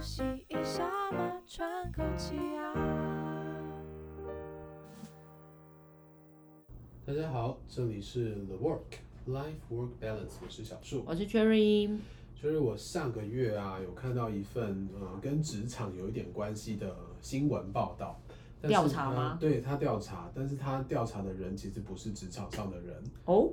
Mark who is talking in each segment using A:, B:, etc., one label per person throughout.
A: 洗一下嘛，喘口气啊。
B: 大家好，这里是 The Work Life Work Balance，我是小树。
C: 我是 Cherry，
B: 就是我上个月啊，有看到一份呃跟职场有一点关系的新闻报道。但是
C: 调查
B: 它
C: 吗
B: 对他调查，但是他调查的人其实不是职场上的人，
C: 哦，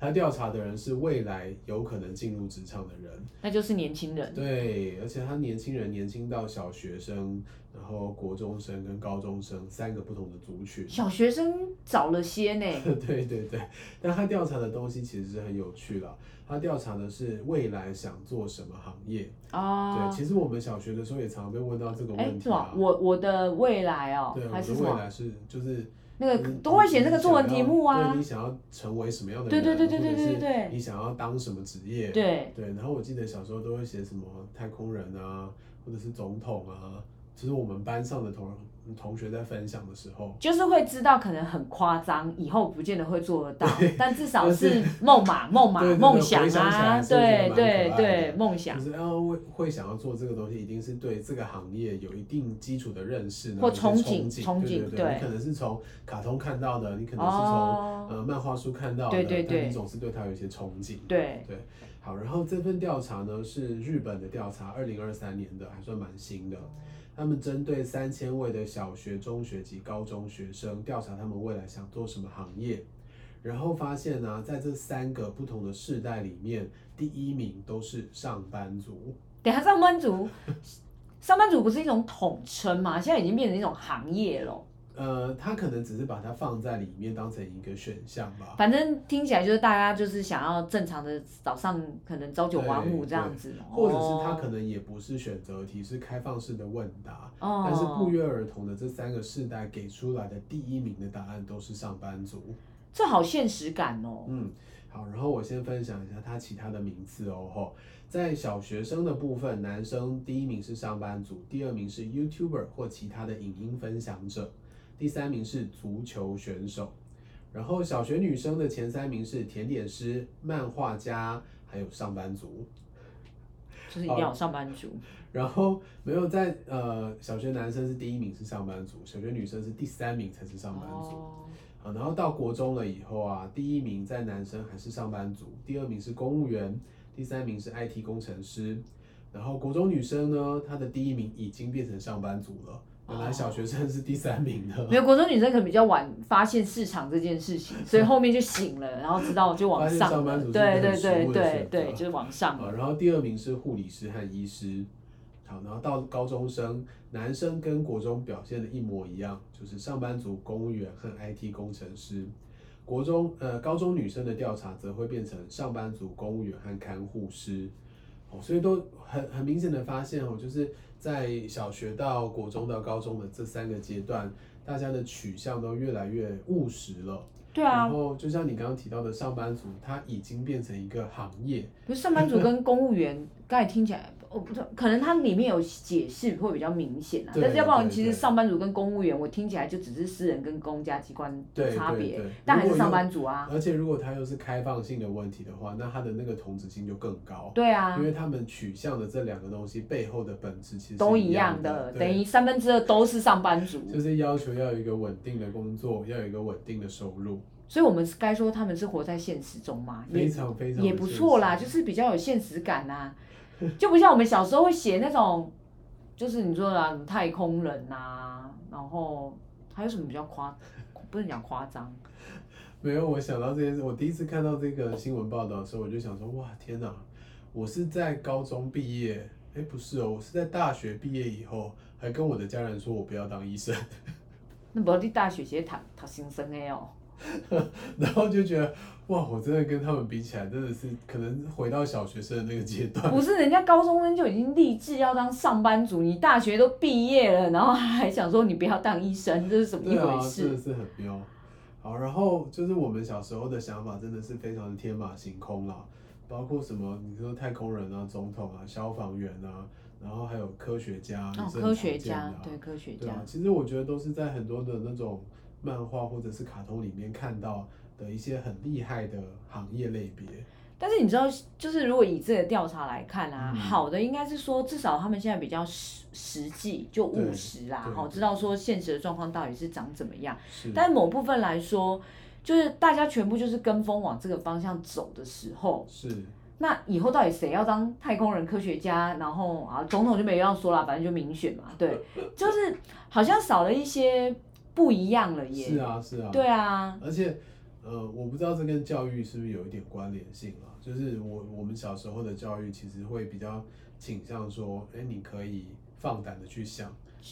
B: 他调查的人是未来有可能进入职场的人。
C: 那就是年轻人，
B: 对，而且他年轻人年轻到小学生，然后国中生跟高中生三个不同的族群。
C: 小学生早了些呢。
B: 对对对，但他调查的东西其实是很有趣了。他调查的是未来想做什么行业。
C: 啊
B: 对，，其实我们小学的时候也常常被问到这个
C: 哎，
B: 问题
C: 什么
B: 啊？。
C: 我我的未来哦
B: 对，，
C: 还
B: 我
C: 是
B: 的
C: 什
B: 未
C: 么？
B: 来是就是
C: 那个
B: 你
C: 都会写那个
B: 你
C: 作文
B: 想
C: 题
B: 要
C: 目
B: 对
C: 啊
B: 你。想要成为什么样的
C: 对
B: 人？
C: 对对对对
B: 或者
C: 对
B: 是
C: 对
B: 你想要当什么职业？
C: 对，
B: 对，然后我记得小时候都会写什么太空人啊，或者是总统啊。其实我们班上的同同学在分享的时候，
C: 就是会知道可能很夸张，以后不见得会做得到
B: 对，
C: 但至少
B: 但是
C: 是 梦嘛梦嘛
B: 对对对
C: 梦想
B: 回想起来
C: 啊，
B: 是觉得
C: 对
B: 蛮
C: 对
B: 可爱
C: 对
B: 的
C: 梦想
B: 就。是啊，会会想要做这个东西，一定是对这个行业有一定基础的认识，
C: 或
B: 然后有些憧
C: 憧憬憧
B: 对对
C: 憬对
B: 你可能是从卡通看到的，你可能是从、
C: 哦，
B: 呃漫画书看到的，
C: 对对
B: 但
C: 对
B: 你总是对它有一些憧憬。
C: 对，
B: 好，然后这份调查呢是日本的调查，二零二三年的，还算蛮新的。他们针对三千位的小学、中学及高中学生调查他们未来想做什么行业，然后发现呢、在这三个不同的世代里面，第一名都是上班族。
C: 等一下上班族，上班族不是一种统称嘛？现在已经变成一种行业了。
B: 呃，他可能只是把它放在里面当成一个选项吧。
C: 反正听起来就是大家就是想要正常的早上可能朝九晚五
B: 对
C: 这样子，哦
B: 或者是他可
C: 能
B: 能也不是选择题，是开放式的问答，
C: 哦，
B: 但是不约而同的这三个世代给出来的第一名的答案都是上班族。
C: 这好现实感哦。
B: 嗯，好，然后我先分享一下他其他的名次哦。吼，在小学生的部分，男生第一名是上班族，第二名是 YouTuber 或其他的影音分享者，第三名是足球选手。然后小学女生的前三名是甜点师、漫画家，还有上班族。
C: 就是一定要有上班族，
B: 然后没有在呃，小学男生是第一名是上班族，小学女生是第三名才是上班族。
C: 哦
B: 啊，然后到国中了以后啊，第一名在男生还是上班族，第二名是公务员，第三名是 IT 工程师。然后国中女生呢，她的第一名已经变成上班族了，本来小学生是第三名的，
C: 没有国中女生可能比较晚发现市场这件事情，所以后面就醒了，然后知道就往
B: 发现
C: 上
B: 上班
C: 了
B: 族是。
C: 对
B: 一个很
C: 对对
B: 实惠的
C: 对
B: 选择
C: 对，就是往上
B: 啊，
C: 了。
B: 然后第二名是护理师和医师。好，然后到高中生，男生跟国中表现的一模一样，就是上班族、公务员和 IT 工程师。国中呃，高中女生的调查则会变成上班族、公务员和看护师。哦，所以都很很明显的发现哦，就是在小学到国中到高中的这三个阶段，大家的取向都越来越务实了。
C: 对啊
B: 然，后就像你刚刚提到的，上班族他已经变成一个行业，
C: 不是上班族跟公务员，刚才听起来，哦，不是，可能它里面有解释会比较明显啊。
B: 对
C: 但是要不然，
B: 对
C: 其实
B: 对
C: 上班族跟公务员，我听起来就只是私人跟公家机关的
B: 对
C: 差
B: 对
C: 别，
B: 对，
C: 但
B: 如
C: 还是
B: 果
C: 上
B: 又
C: 班族啊。
B: 而且如果它又是开放性的问题的话，那它的那个同质性就更高，
C: 对啊
B: 因，为他们取向的这两个东西背后的本质其实
C: 都
B: 是一
C: 一样
B: 的，
C: 的，
B: 对
C: 等于三分之二都是上班族，
B: 就是要求要有一个稳定的工作，要有一个稳定的收入，
C: 所以我们该说他们是活在现实中嘛，
B: 非
C: 也
B: 常非常
C: 也
B: 的
C: 不
B: 现
C: 错啦，
B: 实
C: 就是比较有现实感啊，就不像我们小时候会写那种，就是你说的、啊、太空人啊，然后还有什么比较夸，不能讲夸张，
B: 没有，我想到这件事，我第一次看到这个新闻报道的时候，我就想说，哇，天哪！我是在高中毕业，哎，不是哦，我是在大学毕业以后，还跟我的家人说我不要当医生，
C: 那不你大学写读读新生的哦，
B: 然后就觉得，哇，我真的跟他们比起来，真的是可能回到小学生的那个阶段。
C: 不是人家高中生就已经立志要当上班族，你大学都毕业了，然后还想说你不要当医生，这是怎么
B: 对
C: 一
B: 啊
C: 回，
B: 真
C: 事
B: 的？是很妙。好，然后就是我们小时候的想法真的是非常的天马行空啦，包括什么你说太空人啊、总统啊、消防员啊，然后还有科学家，也
C: 哦，
B: 啊是很
C: 科学
B: 常见的
C: 家
B: 啊，
C: 对科学
B: 对
C: 家
B: 啊，，其实我觉得都是在很多的那种漫画或者是卡通里面看到的一些很厉害的行业类别。
C: 但是你知道，就是如果以这个调查来看啊，
B: 嗯
C: 好的应该是说，至少他们现在比较实实际，就务实啦
B: 对，
C: 好
B: 对嗯
C: 知道说现实的状况到底是长怎么样。
B: 是，
C: 但某部分来说，就是大家全部就是跟风往这个方向走的时候，
B: 是
C: 那以后到底谁要当太空人科学家？然后啊，总统就没要说啦，反正就民选嘛，对，就是好像少了一些不一样了耶。
B: 是啊是啊，
C: 对啊，
B: 而且，呃，我不知道这跟教育是不是有一点关联性啊？就是我我们小时候的教育其实会比较倾向说，哎、你可以放胆的去想，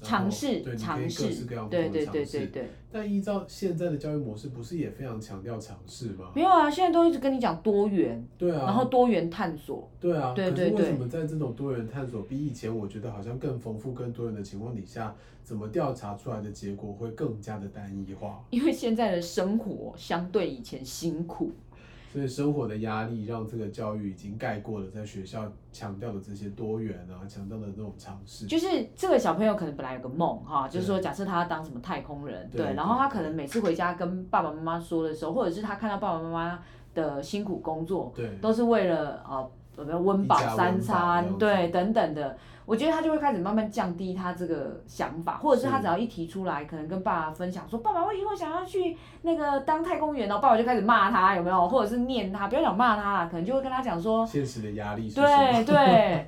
B: 然后
C: 尝试
B: 对，你可以
C: 尝
B: 各
C: 试
B: 式各样，不
C: 对
B: 同的
C: 对
B: 尝
C: 对对
B: 试。
C: 对，
B: 但依照现在的教育模式，不是也非常强调尝试吗？
C: 没有啊，现在都一直跟你讲多元，
B: 对啊，
C: 然后多元探索，
B: 对啊，
C: 对
B: 可
C: 对
B: 是为
C: 对
B: 什么在这种多元探索比以前我觉得好像更丰富、更多元的情况底下，怎么调查出来的结果会更加的单一化？
C: 因为现在的生活相对以前辛苦，
B: 所以生活的压力让这个教育已经盖过了在学校强调的这些多元啊，强调的那种尝试。
C: 就是这个小朋友可能本来有个梦哈，
B: 对
C: 就是说假设他要当什么太空人，
B: 对
C: 对，然后他可能每次回家跟爸爸妈妈说的时候，或者是他看到爸爸妈妈的辛苦工作，
B: 对，
C: 都是为了呃有没有温饱
B: 一家温饱
C: 三
B: 这样
C: 餐，
B: 子
C: 对等等的，我觉得他就会开始慢慢降低他这个想法，或者是他只要一提出来，可能跟爸爸分享说，爸爸，我以后想要去那个当太空员哦，爸爸就开始骂他，有没有？或者是念他，不要讲骂他啦，可能就会跟他讲说，
B: 现实的压力是什么？
C: 对 对，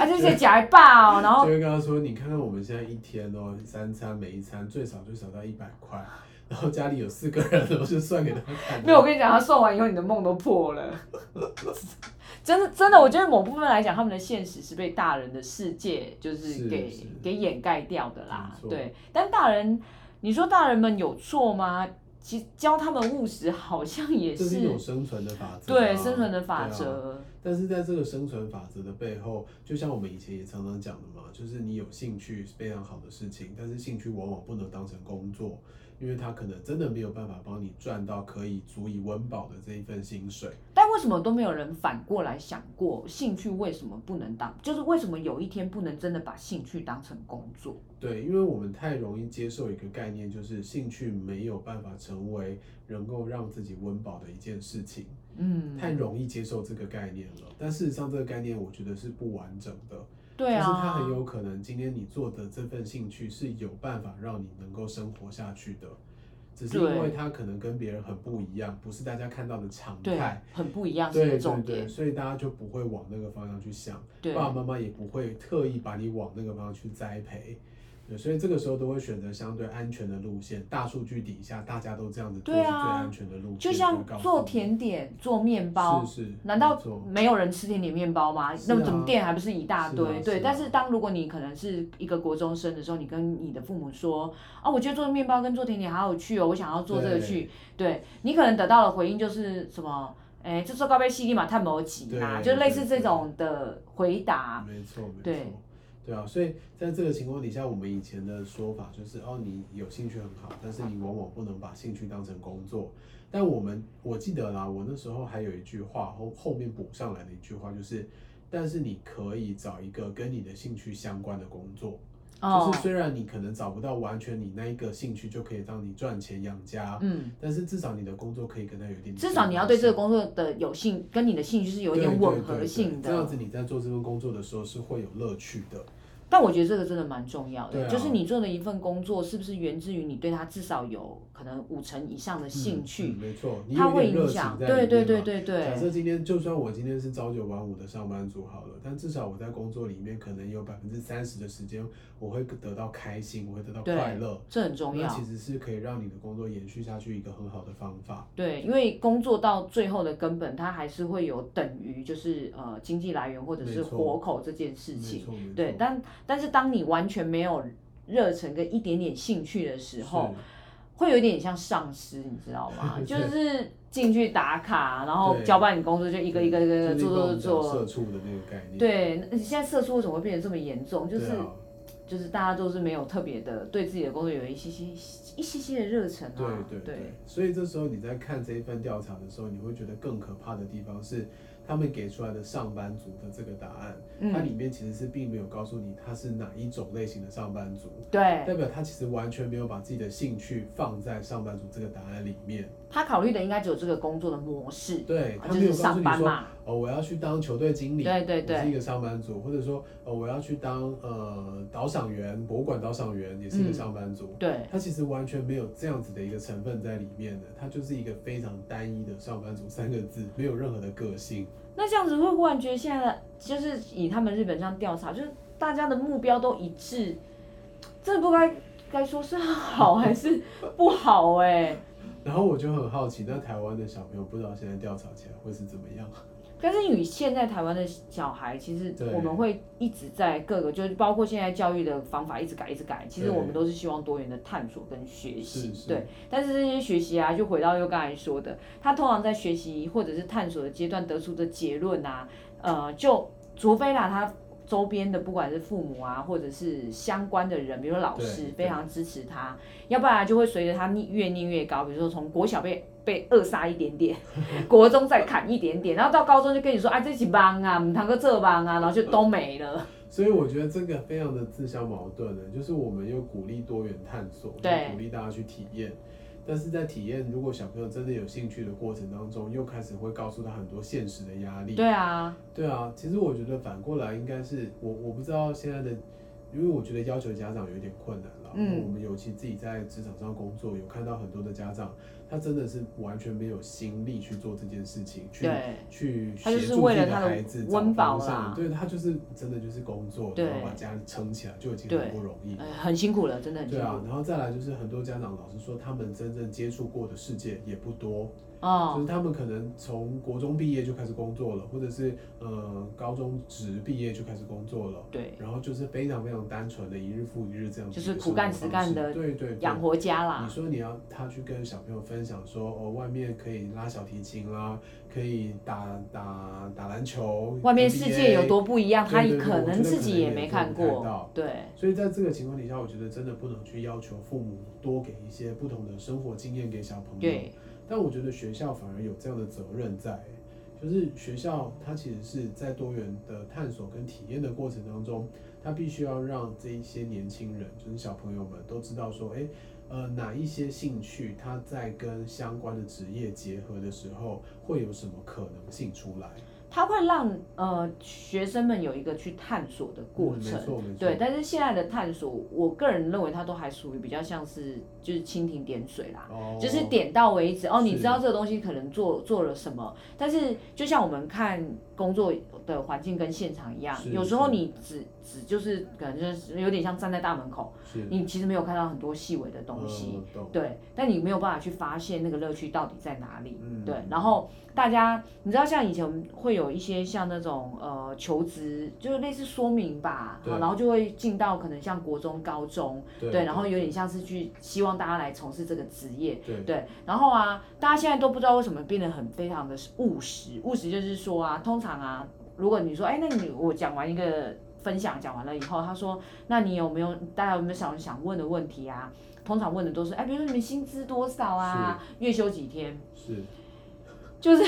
C: 啊，这些假爸哦，然后
B: 就会跟他说，你看看我们现在一天哦，三餐每一餐最少最少到一百块，然后家里有四个人，我就算给他看。
C: 没有，我跟你讲，他算完以后，你的梦都破了。 真的，真的，我觉得某部分来讲，他们的现实是被大人的世界就是
B: 是
C: 给
B: 是
C: 给掩盖掉的啦
B: 没。错
C: 对，但大人，你说大人们有错吗？其实教他们务实，好像也
B: 这是
C: 是
B: 一种生存的法则啊、
C: 对生存的法
B: 对啊
C: 则。
B: 但是在这个生存法则的背后，就像我们以前也常常讲的嘛，就是你有兴趣是非常好的事情，但是兴趣往往不能当成工作，因为它可能真的没有办法帮你赚到可以足以温饱的这一份薪水。
C: 但为什么都没有人反过来想过，兴趣为什么不能当？就是为什么有一天不能真的把兴趣当成工作？
B: 对，因为我们太容易接受一个概念，就是兴趣没有办法成为能够让自己温饱的一件事情，
C: 嗯，
B: 太容易接受这个概念了。但事实上，这个概念我觉得是不完整的。
C: 对
B: 就
C: 啊，
B: 是它很有可能今天你做的这份兴趣是有办法让你能够生活下去的，只是因
C: 对
B: 为它可能跟别人很不一样，不是大家看到的常
C: 对
B: 态。
C: 很不一样，是一
B: 对
C: 个
B: 对
C: 重
B: 对，
C: 点。
B: 所以大家就不会往那个方向去想，
C: 对
B: 爸爸妈妈也不会特意把你往那个方向去栽培，对，所以这个时候都会选择相对安全的路线。大数据底下，大家都这样子做是
C: 对
B: 最
C: 啊
B: 安全的路线，
C: 就
B: 我
C: 像
B: 告诉
C: 做
B: 你
C: 甜点、做面包，
B: 是是，
C: 难道
B: 没错
C: 没有人吃甜点面包吗？
B: 是啊
C: 那么怎么店还不是一大堆？
B: 是啊
C: 对，
B: 是啊
C: 但是当如果你可能是一个国中生的时候，你跟你的父母说啊，我觉得做面包跟做甜点好有趣哦，我想要做这个去，对你可能得到的回应就是什么？哎，这做高杯西利嘛，探摩吉啊，
B: 对
C: 就类似
B: 对
C: 这种的回答。
B: 没错，没
C: 对
B: 错，对啊，所以在这个情况底下，我们以前的说法就是，哦，你有兴趣很好，但是你往往不能把兴趣当成工作。但我们我记得啦，我那时候还有一句话后后面补上来的一句话就是，但是你可以找一个跟你的兴趣相关的工作，
C: 哦
B: 就是，虽然你可能找不到完全你那一个兴趣就可以让你赚钱养家，
C: 嗯，
B: 但是至少你的工作可以跟他有一点，
C: 至少你要对这个
B: 工。
C: 工作的有兴，跟你的兴趣是有一点
B: 对
C: 吻
B: 对对
C: 合
B: 对
C: 性的。
B: 这样子你在做这份工作的时候是会有乐趣的。
C: 但我觉得这个真的蛮重要的，
B: 对啊
C: 就是你做的一份工作是不是源自于你对它至少有可能五成以上的兴趣
B: 嗯，嗯没错，你
C: 它
B: 有
C: 会
B: 点热
C: 影
B: 情
C: 响。
B: 在里面
C: 对
B: 嘛
C: 对对。对
B: 假
C: 对
B: 设今天，就算我今天是朝九晚五的上班族好了，但至少我在工作里面可能有百分之三十的时间，我会得到开心，我会得到
C: 对
B: 快乐。
C: 这很重
B: 那
C: 要
B: 其。实是可以让你的工作延续下去一个很好的方法。
C: 对，因为工作到最后的根本，它还是会有等于就是呃经济来源或者是
B: 没错
C: 活口这件事
B: 没
C: 情。
B: 错，没错。
C: 对，但但是当你完全没有热忱跟一点点兴趣的时候，会有点像丧尸，你知道 吗？就
B: 对
C: 是进去打卡，然后
B: 对
C: 交办你工作，就一个一个一个一个
B: 是
C: 做做做
B: 社
C: 做。
B: 畜的那个概念。
C: 对，那现在社畜为什么会变得这么严重？就
B: 对
C: 是、
B: 啊，
C: 就是大家都是没有特别的对自己的工作有一些些一些些的热忱啊。
B: 对对对，所以这时候你在看这一份调查的时候，你会觉得更可怕的地方是，他们给出来的上班族的这个答案，它里
C: 嗯，
B: 面其实是并没有告诉你他是哪一种类型的上班族，
C: 对
B: 代表他其实完全没有把自己的兴趣放在上班族这个答案里面。
C: 他考虑的应该只有这个工作的模式，
B: 对他
C: 哦就
B: 没有
C: 是
B: 告诉
C: 上
B: 你
C: 班
B: 说，
C: 嘛。
B: 哦，我要去当球队经理，
C: 对对
B: 我是一
C: 对，
B: 个上班族，或者说，呃，我要去当呃导赏员，博物馆导赏员也是一个
C: 嗯
B: 上班族。
C: 对
B: 他其实完全没有这样子的一个成分在里面的，他就是一个非常单一的上班族三个字，没有任何的个性。
C: 那这样子会忽然觉得现在的就是以他们日本这样调查，就是大家的目标都一致，这不该该说是好还是不好哎、
B: 然后我就很好奇，那台湾的小朋友不知道现在调查起来会是怎么样？
C: 但是与现在台湾的小孩，其实
B: 对
C: 我们会一直在各个，就是包括现在教育的方法一直改，一直改。其实
B: 对
C: 我们都是希望多元的探索跟学习
B: 是，是
C: 对。但是这些学习啊，就回到又刚才说的，他通常在学习或者是探索的阶段得出的结论啊，呃，就除非啦，他周边的不管是父母啊，或者是相关的人，比如说老师
B: 对，
C: 非常支持他，要不然就会随着他逆越念越高，比如说从国小被被扼杀一 点点，国中再砍一点点，然后到高中就跟你说，哎，这是帮啊，唔堂个这帮啊，然后就都没 了。
B: 所以我觉得这个非常的自相矛盾的，就是我们又鼓励多元探索，
C: 对
B: 又鼓励大家去体验，但是在体验如果小朋友真的有兴趣的过程当中，又开始会告诉他很多现实的压力。
C: 对啊，
B: 对啊，其实我觉得反过来应该是我我不知道现在的，因为我觉得要求家长有点困难了。
C: 嗯
B: 我们尤其自己在职场上工作，有看到很多的家长，他真的是完全没有心力去做这件事情，去
C: 对
B: 去
C: 他就是
B: 协助
C: 为
B: 自己
C: 了他的
B: 孩子
C: 温
B: 找
C: 饱
B: 方向
C: 啦
B: 对他就是真的就是工作，
C: 对
B: 然后把家里撑起来就已经
C: 对
B: 很不容易。
C: 呃，很辛苦了，真的很辛
B: 对啊
C: 苦。，
B: 然后再来就是很多家长，老实说，他们真正接触过的世界也不多。就
C: 哦，
B: 是他们可能从国中毕业就开始工作了，或者是呃高中职毕业就开始工作了，
C: 对，
B: 然后就是非常非常单纯的一日复一日这样子
C: 就
B: 的
C: 是
B: 生活方式，
C: 苦干实干的
B: 对对对。
C: 养活家啦
B: 你。说你要他去跟小朋友分享说，哦，外面可以拉小提琴啦，可以打打打篮球，
C: 外面
B: NBA
C: 世界有多不一样，他
B: 对对对
C: 可
B: 我觉
C: 能
B: 得
C: 自
B: 可
C: 己
B: 能
C: 也
B: 也
C: 没
B: 做
C: 看
B: 不太
C: 过
B: 到。
C: 对，
B: 所以在这个情况底下，我觉得真的不能去要求父母多给一些不同的生活经验给小朋友。
C: 对，
B: 但我觉得学校反而有这样的责任在，就是学校它其实是在多元的探索跟体验的过程当中，它必须要让这一些年轻人，就是小朋友们都知道说，诶，呃，哪一些兴趣它在跟相关的职业结合的时候，会有什么可能性出来？
C: 他会让呃学生们有一个去探索的过
B: 嗯
C: 程
B: 没。错没错，
C: 对，但是现在的探索，我个人认为它都还属于比较像是就是蜻蜓点水啦，
B: 哦，
C: 就是点到为止。哦，你
B: 是
C: 知道这个东西可能做做了什么，但是就像我们看工作的环境跟现场一样，
B: 是
C: 有时候
B: 是
C: 你只只就是可能就是有点像站在大门口，
B: 是
C: 你其实没有看到很多细微的东西，
B: 嗯懂
C: 对，但你没有办法去发现那个乐趣到底在哪里。
B: 嗯
C: 对，然后大家，你知道像以前会有一些像那种呃求职，就是类似说明吧，
B: 对
C: 好然后就会进到可能像国中、高中，
B: 对
C: 对，然后有点像是去希望大家来从事这个职业，
B: 对
C: 对，然后啊，大家现在都不知道为什么变得很非常的务实，务实就是说啊，通常啊，如果你说，哎，那你我讲完一个分享讲完了以后，他说，那你有没有大家有没有想想问的问题啊？通常问的都是，哎，比如说你们薪资多少啊，月休几天，
B: 是，
C: 就是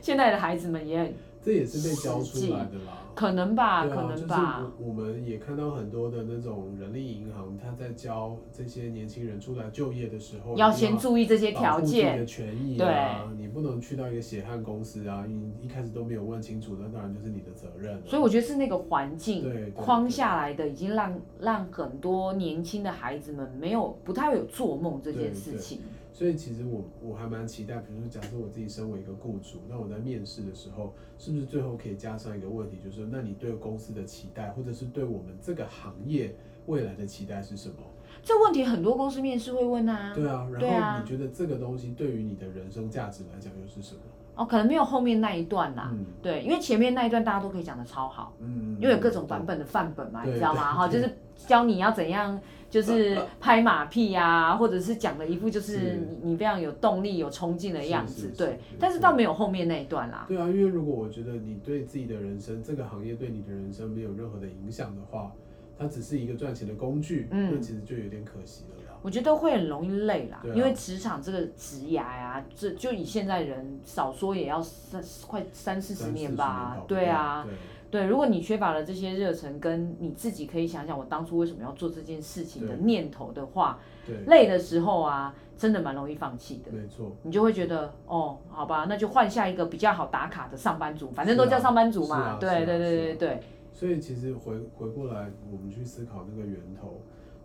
C: 现在的孩子们也很
B: 这也是被教
C: 实际
B: 出来的啦。
C: 可能吧，
B: 对
C: 可
B: 啊，就
C: 能
B: 是
C: 吧，
B: 我我们也看到很多的那种人力银行，他在教这些年轻人出来就业的时候，
C: 要
B: 一定
C: 先注意这些
B: 保
C: 条
B: 护自己
C: 件，
B: 的权益啊，你不能去到一个血汗公司啊，你一开始都没有问清楚，那当然就是你的责任了、
C: 所以我觉得是那个环
B: 对
C: 境
B: 对
C: 框下来的，已经让让很多年轻的孩子们没有不太会有做梦这件事情。
B: 所以其实我我还蛮期待，比如说假设我自己身为一个雇主，那我在面试的时候，是不是最后可以加上一个问题，就是那你对公司的期待，或者是对我们这个行业未来的期待是什么？
C: 这问题很多公司面试会问啊，
B: 对啊，
C: 对
B: 然
C: 啊
B: 后你觉得这个东西对于你的人生价值来讲又是什么？
C: 哦，可能没有后面那一段啦。
B: 嗯
C: 对，因为前面那一段大家都可以讲的超好，
B: 嗯
C: 啊因为有各种版本的范本嘛，
B: 对
C: 你知道吗？
B: 对
C: 哈，就
B: 对
C: 是教你要怎样，就是拍马屁啊，或者是讲的一副就是
B: 是
C: 你你非常有动力、有冲劲的样
B: 是
C: 子
B: 是。
C: 对
B: 是，
C: 但是
B: 没
C: 倒
B: 错
C: 没有后面那一段啦。
B: 对啊，因为如果我觉得你对自己的人生，这个行业对你的人生没有任何的影响的话，它只是一个赚钱的工具，
C: 嗯
B: 那其实就有点可惜了啦。
C: 我觉得会很容易累啦，
B: 对啊
C: 因为职场这个职涯啊，这就以现在人少说也要三快三四十
B: 30
C: 年
B: 40
C: 吧
B: 跑，不
C: 对
B: 掉
C: 啊，，
B: 对
C: 对。如果你缺乏了这些热忱，跟你自己可以想想我当初为什么要做这件事情的
B: 对
C: 念头的话，
B: 对
C: 累的时候啊，真的蛮容易放弃的。
B: 没错，
C: 你就会觉得哦，好吧，那就换下一个比较好打卡的上班族，反正都
B: 是啊
C: 叫上班族嘛。
B: 是啊是
C: 对
B: 啊
C: 对对对对，
B: 所以其实回回过来，我们去思考那个源头，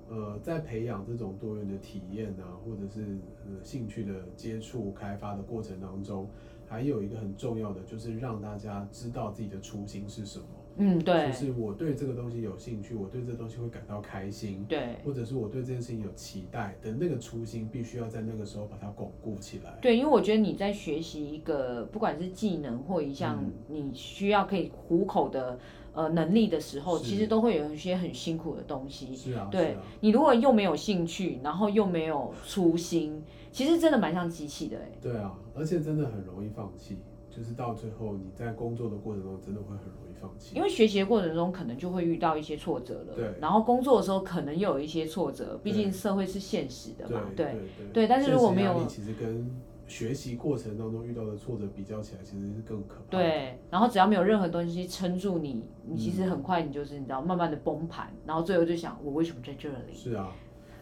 B: 呃，在培养这种多元的体验啊，或者是呃兴趣的接触开发的过程当中，还有一个很重要的就是让大家知道自己的初心是什么，
C: 嗯对
B: 就是我对这个东西有兴趣，我对这东西会感到开心。
C: 对
B: 或者是我对这件事情有期待的那个初心，必须要在那个时候把它巩固起来。
C: 对，因为我觉得你在学习一个不管是技能或一项
B: 嗯
C: 你需要可以糊口的呃能力的时候，
B: 是
C: 其实都会有一些很辛苦的东西。
B: 是啊，
C: 对
B: 是啊，
C: 你如果又没有兴趣，然后又没有初心，其实真的蛮像机器的哎、
B: 对啊，而且真的很容易放弃，就是到最后你在工作的过程中真的会很容易放弃。
C: 因为学习的过程中可能就会遇到一些挫折了，
B: 对
C: 然后工作的时候可能又有一些挫折，毕
B: 对
C: 竟社会是现实的嘛，
B: 对对
C: 对但是
B: 现
C: 如果
B: 实
C: 没
B: 压
C: 有
B: 力其实跟学习过程当中遇到的挫折比较起来，其实是更可怕的。
C: 对，然后只要没有任何东西撑住你，你其
B: 嗯
C: 实很快你就是你知道慢慢的崩盘，然后最后就想我为什么在这里？
B: 是啊，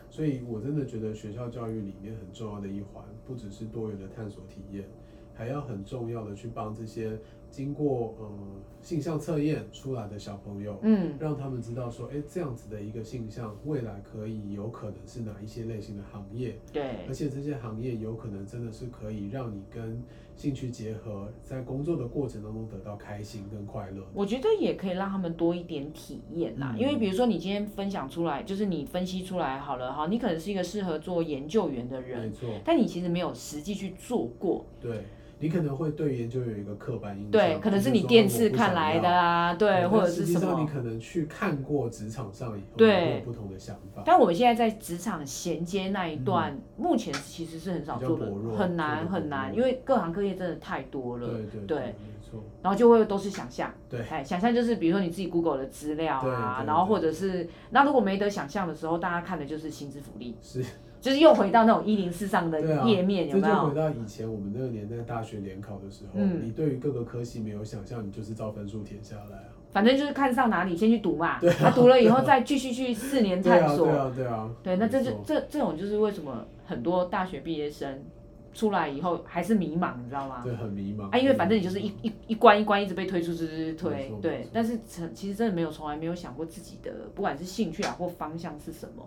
B: 所以我真的觉得学校教育里面很重要的一环，不只是多元的探索体验，还要很重要的去帮这些经过呃性向测验出来的小朋友，
C: 嗯，
B: 让他们知道说，哎，这样子的一个性向，未来可以有可能是哪一些类型的行业，
C: 对
B: 而且这些行业有可能真的是可以让你跟兴趣结合，在工作的过程当中得到开心跟快乐。
C: 我觉得也可以让他们多一点体验啦，
B: 嗯
C: 因为比如说你今天分享出来，就是你分析出来好了哈，你可能是一个适合做研究员的人，
B: 没错，
C: 但你其实没有实际去做过，
B: 对你可能会对研究有一个刻板印象，
C: 对，可能是你电视看来的啊，
B: 就是
C: 对，
B: 说，哦我不想要
C: 或者
B: 但
C: 是
B: 实际
C: 什
B: 上你
C: 么。
B: 可能去看过职场上以后，你
C: 对
B: 会有不同的想法。
C: 但我们现在在职场衔接那一段，目前其实是很少
B: 嗯比较
C: 做的
B: 薄弱，
C: 很难
B: 做得
C: 很
B: 薄
C: 难，
B: 弱
C: 因为各行各业真的太多
B: 对
C: 了。
B: 对
C: 对
B: 没错，
C: 然后就会都是想象，
B: 对
C: 哎，想象就是比如说你自己 Google 的资料
B: 对
C: 啊
B: 对，
C: 然后
B: 对
C: 或者是那如果没得想象的时候，大家看的就是薪资福利，
B: 是
C: 就是又回到那种一零四上的
B: 对啊
C: 页哎面，有
B: 这
C: 没
B: 就
C: 有
B: 回？到以前我们那个年代大学联考的时候，
C: 嗯
B: 你对于各个科系没有想象，你就是照分数填下来啊。
C: 反正就是看上哪里先去读嘛，他读了以后再继续去四年
B: 对
C: 探
B: 啊，
C: 索，
B: 对啊，对啊。
C: 对，那这
B: 没
C: 就
B: 错
C: 这这种就是为什么很多大学毕业生出来以后还是迷茫，你知道吗？
B: 对很迷茫
C: 啊，因为反正你就是一一一关一关一直被推出，推推
B: 没
C: 推
B: 错，没
C: 对
B: 错。
C: 但是曾其实真的没有从来没有想过自己的不管是兴趣啊或方向是什么。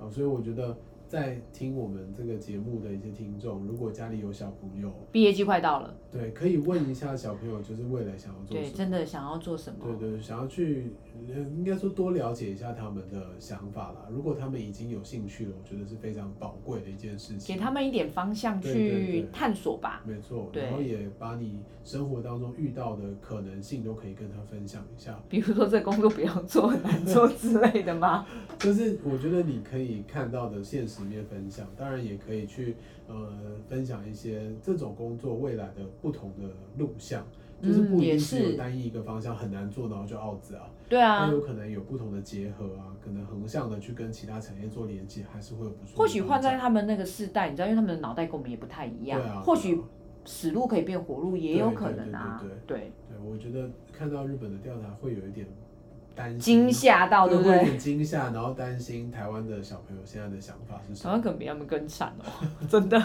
B: 啊，所以我觉得在听我们这个节目的一些听众，如果家里有小朋友，
C: 毕业季快到了，
B: 对，可以问一下小朋友，就是未来想要做
C: 对，
B: 什么。
C: 真的想要做什
B: 对
C: 么？
B: 对，想要去，呃应该说多了解一下他们的想法啦。如果他们已经有兴趣了，我觉得是非常宝贵的一件事情。
C: 给他们一点方向
B: 对对对
C: 去探索吧。
B: 没错，
C: 对
B: 然后也把你生活当中遇到的可能性都可以跟他分享一下。
C: 比如说这工作不要做，很难做之类的吗？
B: 就是我觉得你可以看到的现实面分享，当然也可以去呃分享一些这种工作未来的不同的路向，就是
C: 嗯
B: 不一
C: 也
B: 定只有
C: 是
B: 单一一个方向，很难做到就 out 子啊。
C: 对啊
B: 它，有可能有不同的结合啊，可能横向的去跟其他产业做连接，还是会有不错的发展。
C: 或许换在他们那个世代，你知道，因为他们的脑袋跟我们也不太一
B: 对啊
C: 样，
B: 对啊，
C: 或许死路可以变活路，也有可能啊。
B: 对对
C: 对，
B: 对我觉得看到日本的调查会有一点担心，
C: 惊吓到，对不
B: 会有
C: 对？
B: 点惊吓，然后担心台湾的小朋友现在的想法是什
C: 台
B: 么
C: 湾？可能比他们更惨哦， 真的。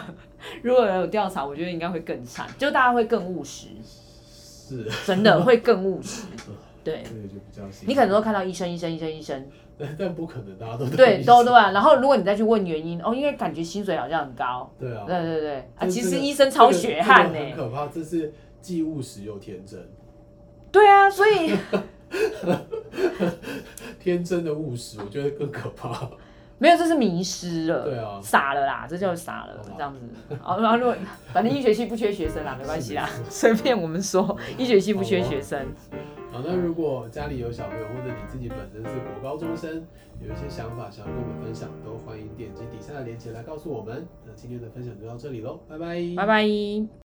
C: 如果有调查，我觉得应该会更惨，就大家会更务实，
B: 是，
C: 真的会更务 实。对，
B: 这个就比较辛苦。
C: 你可能都看到医生、医生、医生、医生，
B: 但但不可能大家都
C: 对，都对
B: 啊，
C: 啊。然后如果你再去问原因，哦，因为感觉薪水好像很高，
B: 对啊，
C: 对对对啊，
B: 就是
C: 其
B: 这
C: 实
B: 个
C: 医生超血汗
B: 这
C: 欸呢、
B: 个这个很可怕，这是既务实又天真，
C: 对啊，所以
B: 天真的务实，我觉得更可怕。
C: 没有，这是迷失了，
B: 对啊
C: 傻了啦，这叫傻了
B: 好吧，
C: 这样子。哦，然后如果反正医学系不缺学生啦，没关系啦，随便我们说，医学系不缺学生。
B: 好，哦啊那如果家里有小朋友，或者你自己本身是国高中生，有一些想法想要跟我们分享，都欢迎点击底下的链接来告诉我们。那今天的分享就到这里喽，拜拜，
C: 拜拜。